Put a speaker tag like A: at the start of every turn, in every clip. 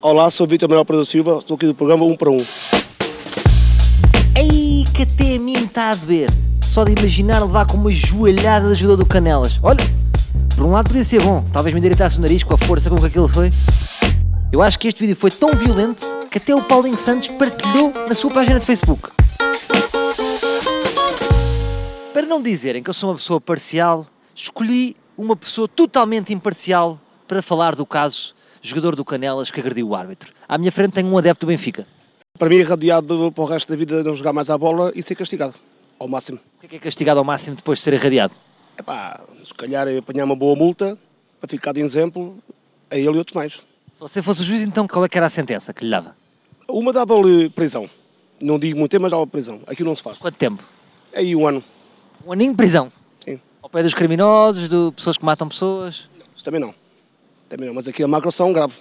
A: Olá, sou Vitor Manuel Pedro Silva, estou aqui do programa 1 para 1.
B: Ei, que até a mim está a doer. Só de imaginar levar com uma joelhada de ajuda do Canelas. Olha, por um lado podia ser bom, talvez me direitasse o nariz com a força com que aquilo foi. Eu acho que este vídeo foi tão violento que até o Paulinho Santos partilhou na sua página de Facebook. Para não dizerem que eu sou uma pessoa parcial, escolhi uma pessoa totalmente imparcial para falar do caso jogador do Canelas que agrediu o árbitro. À minha frente tenho um adepto do Benfica.
A: Para mim, irradiado para o resto da vida não jogar mais à bola e ser castigado, ao máximo.
B: O que é que é castigado ao máximo depois de ser irradiado?
A: Epá, se calhar é apanhar uma boa multa, para ficar de exemplo a ele e outros mais.
B: Se você fosse o juiz, então qual é que era a sentença que lhe dava?
A: Uma dava-lhe prisão. Não digo muito tempo, mas dava prisão. Aqui não se faz.
B: Quanto tempo?
A: Aí um ano.
B: Um aninho de prisão.
A: Sim.
B: Ao pé dos criminosos, de pessoas que matam pessoas.
A: Isso também não. Também não. Mas aqui é uma agressão grave.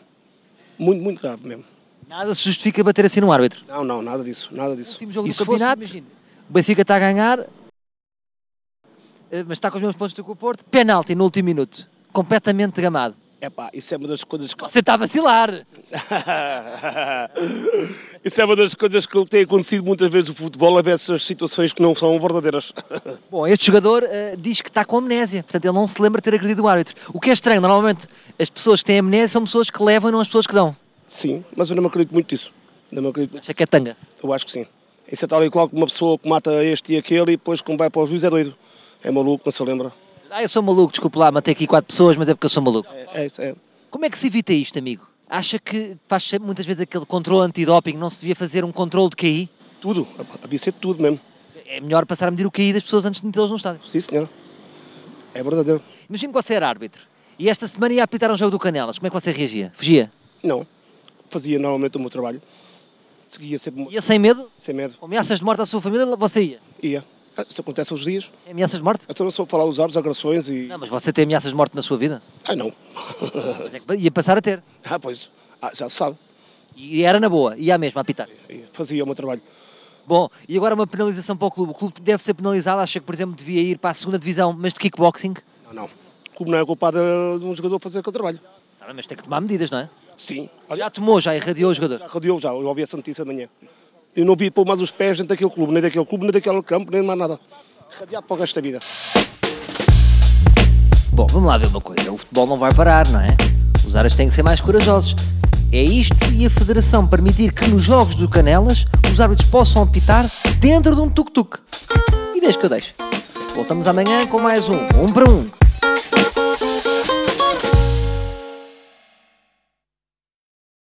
A: Muito, muito grave mesmo.
B: Nada se justifica bater assim num árbitro.
A: Não, não, nada disso. Nada disso.
B: Último jogo
A: E
B: do
A: se fosse-
B: campeonato, o Benfica está a ganhar, eh, mas está com os mesmos pontos do que o Porto. Penalti no último minuto. Completamente gamado.
A: Epá, isso é uma das coisas que...
B: Você está a vacilar.
A: isso é uma das coisas que tem acontecido muitas vezes no futebol, haver essas situações que não são verdadeiras.
B: Bom, este jogador eh, diz que está com amnésia, portanto ele não se lembra de ter agredido o árbitro. O que é estranho, normalmente as pessoas que têm amnésia são pessoas que levam e não as pessoas que dão.
A: Sim, mas eu não me acredito muito disso. Não me acredito
B: Acha que é tanga.
A: Eu acho que sim. Isso é tal e qual que uma pessoa que mata este e aquele e depois como vai para o juiz é doido. É maluco, não se lembra.
B: Ah, eu sou maluco, desculpe lá, matei aqui quatro pessoas, mas é porque eu sou maluco.
A: É, é isso, é.
B: Como é que se evita isto, amigo? Acha que faz sempre, muitas vezes aquele controle antidoping, não se devia fazer um controle de KI?
A: Tudo. Havia ser tudo mesmo.
B: É melhor passar a medir o KI das pessoas antes de metê-los no estádio.
A: Sim, senhora. É verdadeiro.
B: Imagino que você era árbitro e esta semana ia apitar um jogo do Canelas, como é que você reagia? Fugia?
A: Não. Fazia normalmente o meu trabalho. Seguia sempre
B: Ia sem medo?
A: sem medo.
B: Com ameaças de morte à sua família, você ia? É
A: Ia. Ah, Isso acontece aos dias.
B: Ameaças de morte?
A: Então não sou a falar os árbitros, agressões e...
B: Não, mas você tem ameaças de morte na sua vida?
A: Ah, não.
B: Mas é que ia passar a ter.
A: ah, pois. Ah, já se sabe.
B: E era na boa, ia mesmo a apitar.
A: Ia. Fazia o meu trabalho.
B: Bom, e agora uma penalização para o clube. O clube deve ser penalizado, acha que, por exemplo, devia ir para a segunda divisão, mas de kickboxing?
A: Não, não. Como não é culpado de um jogador fazer aquele trabalho.
B: Tá bem, mas tem que tomar medidas, não é?
A: Sim. Olha,
B: Já tomou, já irradiou o jogador.
A: Já rodeou, já, eu ouvi essa notícia de manhã. Eu não vi pôr mais os pés dentro daquele clube, nem daquele clube, nem daquele campo, nem mais nada. Radiado para o resto da vida.
B: Bom, vamos lá ver uma coisa. O futebol não vai parar, não é? Os árbitros têm que ser mais corajosos. É isto e a Federação permitir que nos jogos do Canelas os árbitros possam apitar dentro de um tuk-tuk. E desde que eu deixo. Voltamos amanhã com mais um. Um para um.